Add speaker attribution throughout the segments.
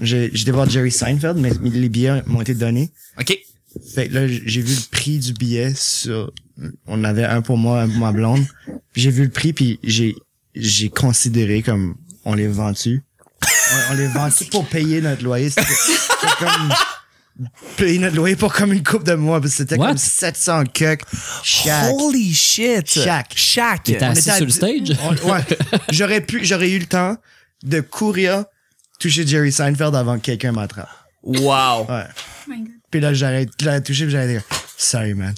Speaker 1: J'ai- J'étais voir Jerry Seinfeld, mais mais les billets m'ont été donnés.
Speaker 2: OK.
Speaker 1: Fait que là, j'ai vu le prix du billet sur... On avait un pour moi, un pour ma blonde. Puis j'ai vu le prix, puis j'ai j'ai considéré comme on les vend-tu. On, on les vend-tu pour payer notre loyer. C'était c'était comme... Payer notre loyer pour comme une coupe de mois. Parce que c'était
Speaker 3: What?
Speaker 1: comme 700 cucks chaque.
Speaker 2: Holy shit.
Speaker 1: Chaque.
Speaker 2: Chaque.
Speaker 3: T'étais
Speaker 1: On
Speaker 3: assis
Speaker 1: était à
Speaker 3: sur le
Speaker 1: dix-
Speaker 3: stage?
Speaker 1: On- ouais. J'aurais pu, j'aurais eu le temps de courir toucher Jerry Seinfeld avant que quelqu'un m'attrape.
Speaker 2: Wow.
Speaker 1: Ouais.
Speaker 4: Oh my God.
Speaker 1: Puis là, j'arrête, je l'aurais touché, puis j'allais dire, sorry, man.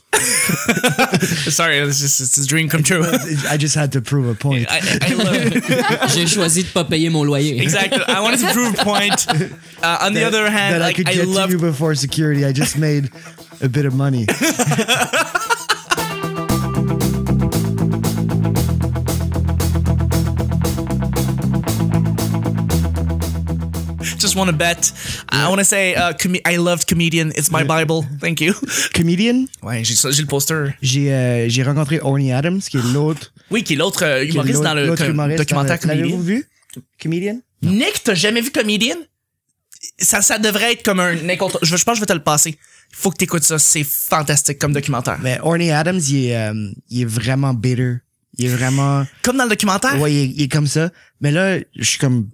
Speaker 2: Sorry, it's just it's a dream come true.
Speaker 1: I just had to prove a point.
Speaker 2: I, I love
Speaker 3: J'ai choisi de pas payer mon loyer.
Speaker 2: exactly. I wanted to prove a point. Uh, on the other hand,
Speaker 1: that I
Speaker 2: like
Speaker 1: could
Speaker 2: I,
Speaker 1: get
Speaker 2: love
Speaker 1: to you before security. I just made a bit of money.
Speaker 2: just want to bet. I want to say, uh, com- I loved comedian. It's my bible. Thank you.
Speaker 1: Comedian,
Speaker 2: Ouais, j'ai j'ai le poster.
Speaker 1: j'ai euh, j'ai rencontré Orny Adams, qui est l'autre
Speaker 2: Oui, qui est l'autre euh,
Speaker 1: qui est
Speaker 2: humoriste dans
Speaker 1: l'autre-
Speaker 2: le
Speaker 1: l'autre
Speaker 2: com-
Speaker 1: humoriste dans le-
Speaker 2: documentaire comedian.
Speaker 1: L'avez-vous vu? Comedian?
Speaker 2: Nick, t'as jamais vu comedian? Ça, ça devrait être comme un incontour- Je, je pense que je vais te le passer. Faut que t'écoutes ça. C'est fantastique comme documentaire.
Speaker 1: Mais Ben, Orny Adams, il est, euh, il est vraiment bitter. Il est vraiment...
Speaker 2: Comme dans le documentaire.
Speaker 1: Ouais, il est, il est comme ça. Mais là, je suis comme,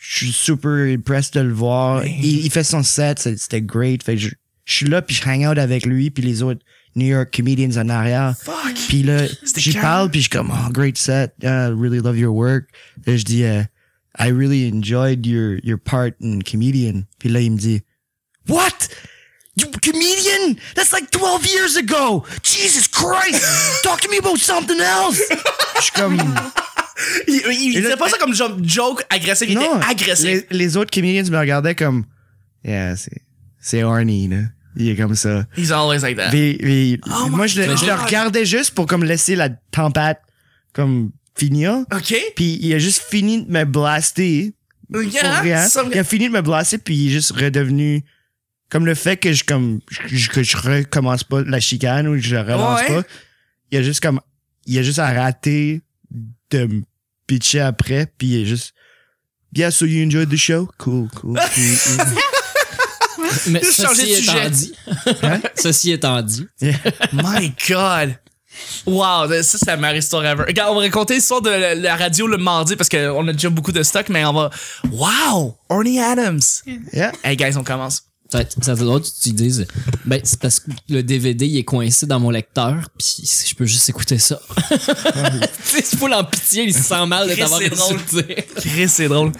Speaker 1: je suis super impressed de le voir.
Speaker 2: Ben.
Speaker 1: Il, il fait son set, c'est- c'était great. Fait que je, je suis là, puis je hang out avec lui, puis les autres New York comedians en arrière.
Speaker 2: Fuck.
Speaker 1: Puis là,
Speaker 2: C'était
Speaker 1: j'y
Speaker 2: calme.
Speaker 1: parle, puis je suis comme, oh, great set. Yeah, I really love your work. Là, je dis, euh, I really enjoyed your, your part in comedian. Puis là, il me dit, What? You comedian? That's like 12 years ago. Jesus Christ. Talk to me about something else. je suis comme,
Speaker 2: Il, euh, il- il
Speaker 1: Et là- euh,
Speaker 2: faisait pas ça comme jo- joke agressif. Il
Speaker 1: non,
Speaker 2: était agressif.
Speaker 1: Les, les autres comedians me regardaient comme, yeah, c'est, c'est Arnie, là. Il est comme ça.
Speaker 2: He's always like that.
Speaker 1: Puis, puis-
Speaker 2: Ah. Oh
Speaker 1: moi,
Speaker 2: my
Speaker 1: je, le- je le
Speaker 2: God.
Speaker 1: regardais juste pour comme laisser la tempête comme finir.
Speaker 2: OK.
Speaker 1: Puis il a juste fini de me blaster. pour hein? rien.
Speaker 2: Yeah. some-
Speaker 1: Il a fini de me blaster, puis il est juste redevenu. Comme le fait que je, comme, je- que je recommence pas la chicane ou que je relance
Speaker 2: Ouais.
Speaker 1: pas, il a juste comme. Il a juste à rater de me pitcher après, puis il est juste. Yeah, so you enjoyed the show? Cool, cool. Puis-
Speaker 3: Mais
Speaker 2: Juste changer
Speaker 3: ceci
Speaker 2: de sujet. Hein?
Speaker 3: étant dit. Ceci étant dit.
Speaker 2: My God. Wow, ça, c'est la meilleure histoire ever. Regarde, on va raconter l'histoire de la, la radio le mardi parce qu'on a déjà beaucoup de stock, mais on va. Wow! Orny Adams!
Speaker 1: yeah.
Speaker 2: Hey, guys, on commence.
Speaker 3: Ça ça fait drôle que tu dises, ben, c'est parce que le DVD, il est coincé dans mon lecteur, puis je peux juste écouter ça. tu sais, c'est full en pitié, il se sent mal de
Speaker 2: Chris,
Speaker 3: t'avoir
Speaker 2: c'est drôle.
Speaker 3: insulté.
Speaker 2: Chris, c'est drôle.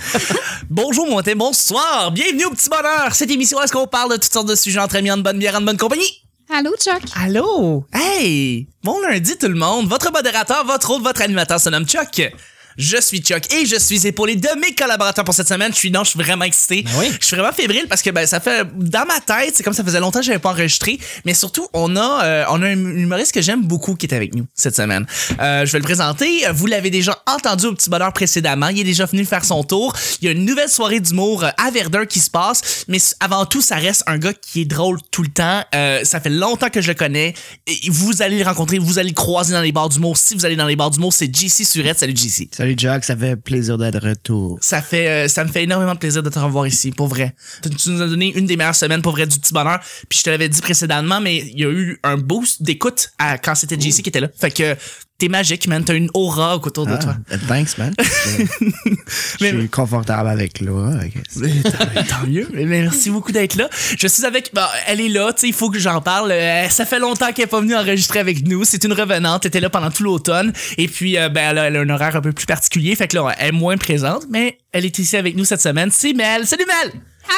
Speaker 2: Bonjour, mon thé, bonsoir. Bienvenue au petit bonheur. Cette émission, où est-ce qu'on parle de toutes sortes de sujets entre amis, en bonne bière, en bonne compagnie?
Speaker 4: Allô, Chuck?
Speaker 2: Allô? Hey! Bon lundi tout le monde! Votre modérateur, votre hôte, votre animateur se nomme Chuck. Je suis Chuck et je suis épaulé de mes collaborateurs pour cette semaine. Je suis non, je suis vraiment excité.
Speaker 3: Ben oui.
Speaker 2: Je suis vraiment fébrile parce que ben ça fait dans ma tête, c'est comme ça faisait longtemps que j'avais pas enregistré, mais surtout on a euh, on a un humoriste que j'aime beaucoup qui est avec nous cette semaine. Euh, je vais le présenter. Vous l'avez déjà entendu au petit bonheur précédemment. Il est déjà venu faire son tour. Il y a une nouvelle soirée d'humour euh, à Verdun qui se passe, mais s- avant tout ça reste un gars qui est drôle tout le temps. Euh, ça fait longtemps que je le connais. Et vous allez le rencontrer, vous allez le croiser dans les bars d'humour. Si vous allez dans les bars d'humour, c'est JC Surette. Salut JC.
Speaker 1: Salut Jack, ça fait plaisir d'être de retour.
Speaker 2: Ça fait, euh, ça me fait énormément de plaisir de te revoir ici, pour vrai. Tu- Tu nous as donné une des meilleures semaines, pour vrai, du petit bonheur. Puis je te l'avais dit précédemment, mais il y a eu un boost d'écoute à- quand c'était JC qui était là. Fait que t'es magique, man. T'as une aura autour de toi.
Speaker 1: Ah, thanks, man. Je, je
Speaker 2: Mais-
Speaker 1: suis confortable avec hein, Laura. I guess.
Speaker 2: Tant- Tant mieux. Mais Merci beaucoup d'être là. Je suis avec. bah, elle est là, tu sais, il faut que j'en parle. Euh, ça fait longtemps qu'elle n'est pas venue enregistrer avec nous. C'est une revenante. Elle était là pendant tout l'automne. Et puis, euh, ben, elle a, elle a un horaire un peu plus particulier. Fait que là, elle est moins présente, mais elle est ici avec nous cette semaine. C'est Mel. Salut Mel!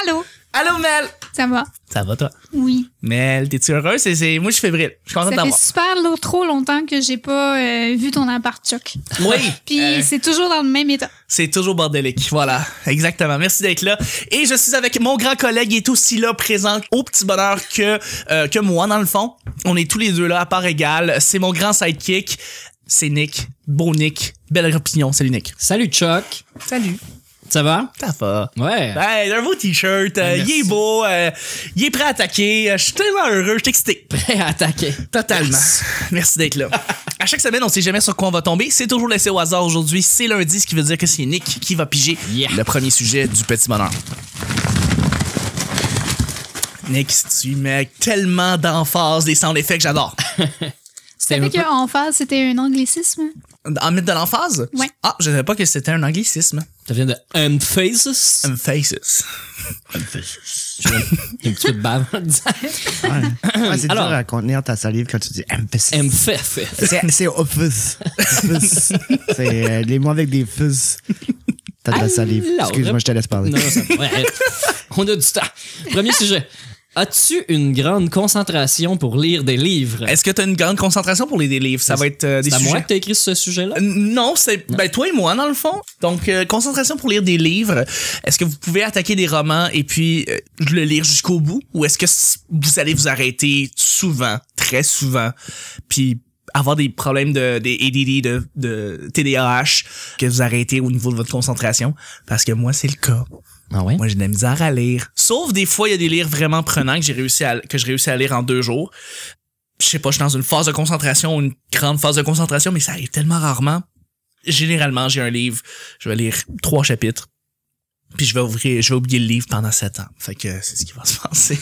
Speaker 4: Allô?
Speaker 2: Allô Mel!
Speaker 4: Ça va?
Speaker 2: Ça va toi?
Speaker 4: Oui.
Speaker 2: Mel, t'es-tu heureuse? C'est, c'est- Moi, je suis fébrile. Je suis
Speaker 4: Ça
Speaker 2: contente
Speaker 4: fait
Speaker 2: d'avoir.
Speaker 4: super long- trop longtemps que j'ai pas euh, vu ton appart, Chuck.
Speaker 2: Oui!
Speaker 4: Puis
Speaker 2: Euh,
Speaker 4: c'est toujours dans le même état.
Speaker 2: c'est toujours bordélique. Voilà. Exactement. Merci d'être là. Et je suis avec mon grand collègue. Il est aussi là, présent au petit bonheur que, euh, que moi, dans le fond. On est tous les deux là, à part égale. C'est mon grand sidekick. C'est Nick. Beau Nick. Belle opinion. Salut, Nick.
Speaker 3: Salut Chuck,
Speaker 2: Salut.
Speaker 3: ça va?
Speaker 2: Ça va?
Speaker 3: Ouais.
Speaker 2: Ben, un beau t-shirt. euh, il est beau. euh, il est prêt à attaquer. euh, Je suis tellement heureux. Je suis excité.
Speaker 3: Prêt à attaquer.
Speaker 2: Totalement. Merci d'être là. À chaque semaine, on sait jamais sur quoi on va tomber. C'est toujours laissé au hasard aujourd'hui. C'est lundi, ce qui veut dire que c'est Nick qui va piger
Speaker 3: Yeah.
Speaker 2: le premier sujet du petit bonheur. Nick, tu mets tellement d'emphase, des sound effects, j'adore.
Speaker 3: C'était
Speaker 4: Tu
Speaker 3: un
Speaker 4: savais
Speaker 3: peu-
Speaker 4: qu'en face, c'était un anglicisme?
Speaker 2: En mettre de l'emphase?
Speaker 4: Ouais.
Speaker 2: Ah, je savais pas que c'était un anglicisme.
Speaker 3: Ça vient de Emphasis.
Speaker 2: Un faces.
Speaker 3: J'ai un petit peu de bave en le disant.
Speaker 1: Ouais. Ouais, Ah, c'est dur
Speaker 3: Alors-
Speaker 1: à contenir ta salive quand tu dis emphasis.
Speaker 3: Emphasis.
Speaker 1: C'est c'est au fuzz. Fuzz. C'est euh, les mots avec des fuzz. T'as de la salive.
Speaker 3: Alors,
Speaker 1: Excuse-moi, je te laisse parler.
Speaker 3: Ah, Non, ça pourrait être. On a du temps. Premier sujet. As-tu une grande concentration pour lire des livres?
Speaker 2: Est-ce que t'as une grande concentration pour les des livres? Ça va être euh, des
Speaker 3: C'est à
Speaker 2: sujets.
Speaker 3: moi que t'as écrit ce sujet-là?
Speaker 2: Euh, Non, c'est ben, toi et moi, dans le fond. Donc, euh, concentration pour lire des livres. Est-ce que vous pouvez attaquer des romans et puis euh, le lire jusqu'au bout? Ou est-ce que c- vous allez vous arrêter souvent, très souvent, puis avoir des problèmes de des ADD, de, de TDAH, que vous arrêtez au niveau de votre concentration? Parce que moi, c'est le cas.
Speaker 3: Ah ouais?
Speaker 2: Moi, j'ai de la misère à lire. Sauf des fois, il y a des livres vraiment prenants que j'ai réussi à, que je réussis à lire en deux jours. Je sais pas, je suis dans une phase de concentration, une grande phase de concentration, mais ça arrive tellement rarement. Généralement, j'ai un livre, je vais lire trois chapitres, puis je vais ouvrir, je vais oublier le livre pendant sept ans. Fait que c'est ce qui va se passer.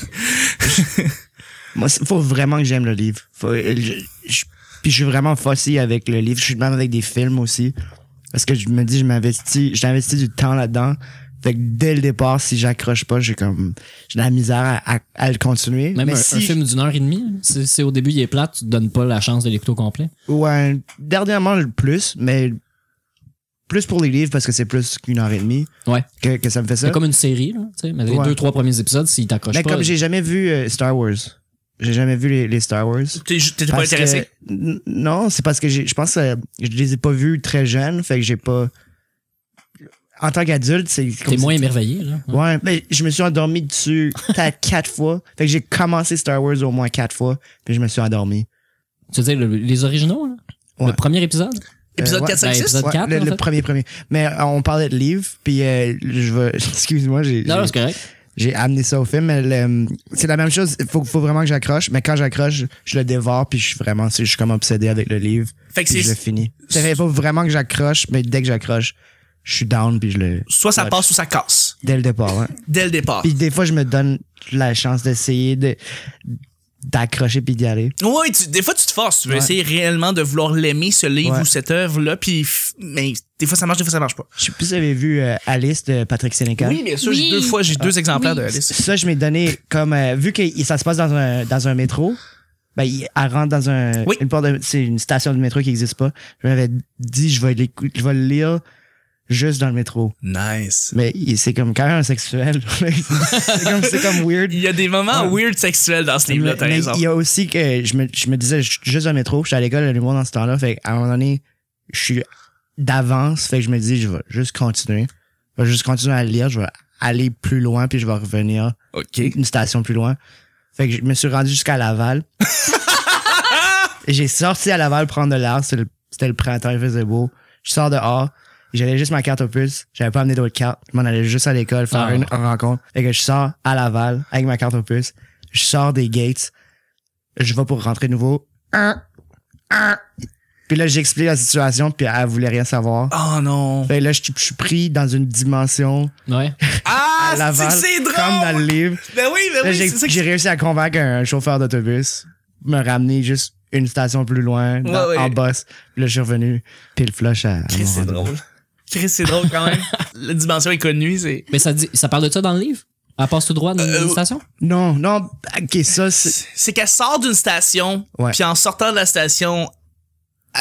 Speaker 1: Moi, il faut vraiment que j'aime le livre. Faut- euh, je- je- puis je suis vraiment fossé avec le livre. Je suis même avec des films aussi. Parce que je me dis, je m'investis, j'investis du temps là-dedans. Fait que dès le départ, si j'accroche pas, j'ai comme, j'ai de la misère à, à- à le continuer.
Speaker 3: Même
Speaker 1: Euh, Mais
Speaker 3: un,
Speaker 1: si-
Speaker 3: un film d'une heure et demie, c'est c'est au début, il est plat, tu te donnes pas la chance de l'écouter au complet.
Speaker 1: Ouais, dernièrement, le plus, mais plus pour les livres parce que c'est plus qu'une heure et demie
Speaker 3: Ouais.
Speaker 1: que, que ça me fait ça.
Speaker 3: C'est comme une série, là, tu sais, mais les
Speaker 1: Ouais.
Speaker 3: deux, trois premiers épisodes, s'ils t'accrochent
Speaker 1: mais
Speaker 3: pas.
Speaker 1: comme j'ai jamais vu euh, Star Wars, j'ai jamais vu les, les Star Wars.
Speaker 2: T'es ju- T'étais pas
Speaker 1: Parce que-
Speaker 2: intéressé?
Speaker 1: N- non, c'est parce que j'ai- je pense que je les ai pas vus très jeunes, fait que j'ai pas. En tant qu'adulte, c'est.
Speaker 3: T'es
Speaker 1: comme-
Speaker 3: moins émerveillé, là.
Speaker 1: Ouais, mais je me suis endormi dessus peut-être quatre fois. Fait que j'ai commencé Star Wars au moins quatre fois, puis je me suis endormi.
Speaker 3: Tu veux dire, le- les originaux, là?
Speaker 1: Ouais.
Speaker 3: Le premier épisode?
Speaker 1: Euh,
Speaker 2: Épisode
Speaker 1: ouais,
Speaker 2: 4, 5,
Speaker 3: ben,
Speaker 2: 6?
Speaker 3: épisode- Épisode quatre,
Speaker 1: le,
Speaker 3: en
Speaker 1: le
Speaker 3: fait.
Speaker 1: premier, premier. Mais euh, on parlait de livres, puis euh, je vais. Excuse-moi, j'ai.
Speaker 3: Non,
Speaker 1: j'ai-
Speaker 3: non, c'est correct.
Speaker 1: j'ai amené ça au film. mais le- c'est la même chose. Il faut, faut vraiment que j'accroche. Mais quand j'accroche, je le dévore. Puis je suis vraiment, je suis comme obsédé avec le livre.
Speaker 2: Fait que
Speaker 1: Puis je le
Speaker 2: c'est
Speaker 1: finis. Ça fait pas vraiment que j'accroche, mais dès que j'accroche, je suis down. Puis je le.
Speaker 2: soit ça
Speaker 1: Ouais.
Speaker 2: passe ou ça casse.
Speaker 1: Dès le départ. Hein.
Speaker 2: Dès le départ.
Speaker 1: Puis des fois, je me donne la chance d'essayer de d'accrocher puis d'y aller.
Speaker 2: Oui, tu- des fois, tu te forces. Tu veux
Speaker 1: Ouais.
Speaker 2: essayer réellement de vouloir l'aimer, ce livre
Speaker 1: Ouais.
Speaker 2: ou cette œuvre-là. Puis, f- mais des fois, ça marche, des fois, ça marche pas.
Speaker 1: Je sais plus si vous avez vu euh, Alice de Patrick Sénécal.
Speaker 2: Oui, bien sûr, j'ai
Speaker 4: Oui.
Speaker 2: deux fois, j'ai
Speaker 1: Ah.
Speaker 2: deux exemplaires
Speaker 4: Oui.
Speaker 2: de Alice.
Speaker 1: Ça, je m'ai donné comme euh, vu que ça se passe dans un dans un métro. Ben, il- elle rentre dans un
Speaker 2: Oui.
Speaker 1: une porte de- c'est une station de métro qui n'existe pas. Je m'avais dit je vais l'écou- je vais le lire juste dans le métro.
Speaker 2: Nice.
Speaker 1: Mais il- c'est comme quand même un sexuel. c'est comme c'est comme weird.
Speaker 2: Il y a des moments weird sexuels dans ce
Speaker 1: Mais-
Speaker 2: livre-là, t'as
Speaker 1: Ah. mais
Speaker 2: raison.
Speaker 1: il y a aussi que je me, je me disais je suis juste dans le métro, j'étais à l'école de l'humour dans ce temps-là, fait à un moment donné, je suis d'avance, fait que je me dis je vais juste continuer. Je vais juste continuer à le lire, je vais aller plus loin puis je vais revenir
Speaker 2: OK.
Speaker 1: une station plus loin. Fait que je me suis rendu jusqu'à Laval. Et J'ai sorti à Laval prendre de l'air. C'était le, c'était le printemps, il faisait beau. Je sors dehors. J'avais juste ma carte au puce. J'avais pas amené d'autres cartes. Je m'en allais juste à l'école faire
Speaker 3: Ah.
Speaker 1: une rencontre. Fait que je sors à Laval avec ma carte au puce. Je sors des gates. Je vais pour rentrer de nouveau. Hein? Hein? Puis là, j'explique la situation, puis elle voulait rien savoir.
Speaker 2: Oh non.
Speaker 1: Fait que là, je, je suis pris dans une dimension
Speaker 3: Ouais.
Speaker 1: à
Speaker 2: Ah, c'est
Speaker 1: Laval,
Speaker 2: que c'est drôle!
Speaker 1: comme dans le livre.
Speaker 2: Ben oui, ben
Speaker 1: Là,
Speaker 2: oui,
Speaker 1: j'ai
Speaker 2: c'est ça que
Speaker 1: j'ai réussi à convaincre un chauffeur d'autobus de me ramener juste une station plus loin dans-
Speaker 2: Ouais, ouais.
Speaker 1: en bus. Puis Là, je suis revenu pile flush à. à
Speaker 2: Chris,
Speaker 1: mon
Speaker 2: c'est
Speaker 1: rendez-vous.
Speaker 2: drôle. Chris, c'est drôle quand même. La dimension est connue, c'est...
Speaker 3: Mais ça, dit, ça parle de ça dans le livre? Elle passe tout droit dans
Speaker 2: Euh,
Speaker 3: une station?
Speaker 1: Non, non, ok, ça, c'est.
Speaker 2: C'est qu'elle sort d'une station,
Speaker 1: Ouais.
Speaker 2: puis en sortant de la station,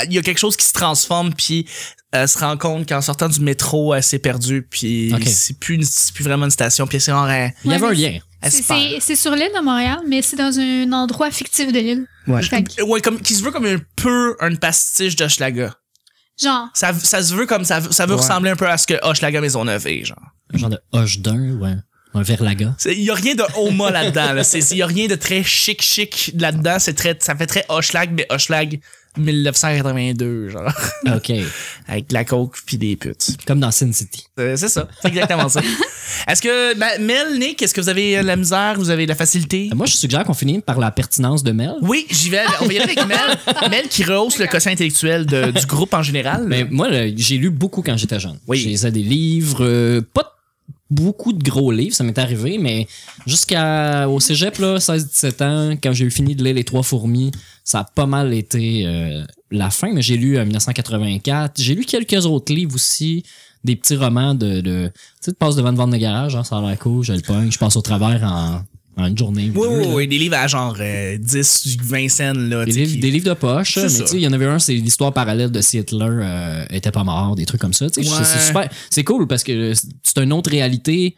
Speaker 2: il y a quelque chose qui se transforme, puis elle se rend compte qu'en sortant du métro, elle s'est perdue, puis
Speaker 3: Ok.
Speaker 2: c'est plus, une- c'est plus vraiment une station, puis c'est genre... elle-
Speaker 3: Il y
Speaker 4: Ouais,
Speaker 3: avait un
Speaker 4: mais
Speaker 3: lien.
Speaker 2: elle se
Speaker 4: C'est-
Speaker 2: perd.
Speaker 4: C'est c'est sur l'île de Montréal, mais c'est dans un endroit fictif de l'île.
Speaker 1: Ouais.
Speaker 4: Fait que,
Speaker 2: Euh, Ouais, comme, qui se veut comme un peu un pastiche de Schlager.
Speaker 4: Genre,
Speaker 2: Ça, ça se veut comme ça, ça veut
Speaker 1: Ouais.
Speaker 2: ressembler un peu à ce que Hochelaga Maisonneuve est, genre.
Speaker 3: Un genre de hoche d'un ou un, un verlaga.
Speaker 2: C'est- Il y a rien de Oma là-dedans, là. C'est- c'est- Il y a rien de très chic chic là-dedans. C'est très, ça fait très Hochelag, mais Hochelag 1982, genre.
Speaker 3: OK.
Speaker 2: Avec de la coke pis des putes.
Speaker 3: Comme dans Sin City.
Speaker 2: Euh, C'est ça. C'est exactement ça. Est-ce que, Ma- Mel, Nick, est-ce que vous avez euh, la misère? Vous avez de la facilité?
Speaker 3: Euh, Moi, je suggère qu'on finisse par la pertinence de Mel.
Speaker 2: Oui, j'y vais. On va y aller avec Mel. Mel qui rehausse le quotient intellectuel de- du groupe en général.
Speaker 3: Mais moi, là, j'ai lu beaucoup quand j'étais jeune.
Speaker 2: Oui.
Speaker 3: J'ai lu des livres, euh, pas beaucoup de gros livres, ça m'est arrivé, mais jusqu'au cégep, là, 16-17 ans, quand j'ai eu fini de lire Les Trois Fourmis, ça a pas mal été euh, la fin, mais j'ai lu euh, 1984. J'ai lu quelques autres livres aussi, des petits romans de. de tu sais, tu passes devant une vente de garage, hein, ça a l'air cool, je le pogne, je passe au travers en, en une journée. ou
Speaker 2: Oui,
Speaker 3: deux,
Speaker 2: oui,
Speaker 3: là.
Speaker 2: oui, des livres à genre euh, 10, 20 scènes, là.
Speaker 3: Des
Speaker 2: tu sais,
Speaker 3: livres,
Speaker 2: qui-
Speaker 3: des livres de poche,
Speaker 2: C'est
Speaker 3: mais tu
Speaker 2: ça.
Speaker 3: sais, il y en avait un, c'est l'histoire parallèle de si Hitler euh, était pas mort, des trucs comme ça. tu sais.
Speaker 2: Ouais.
Speaker 3: C'est c'est super. C'est cool parce que euh, c'est une autre réalité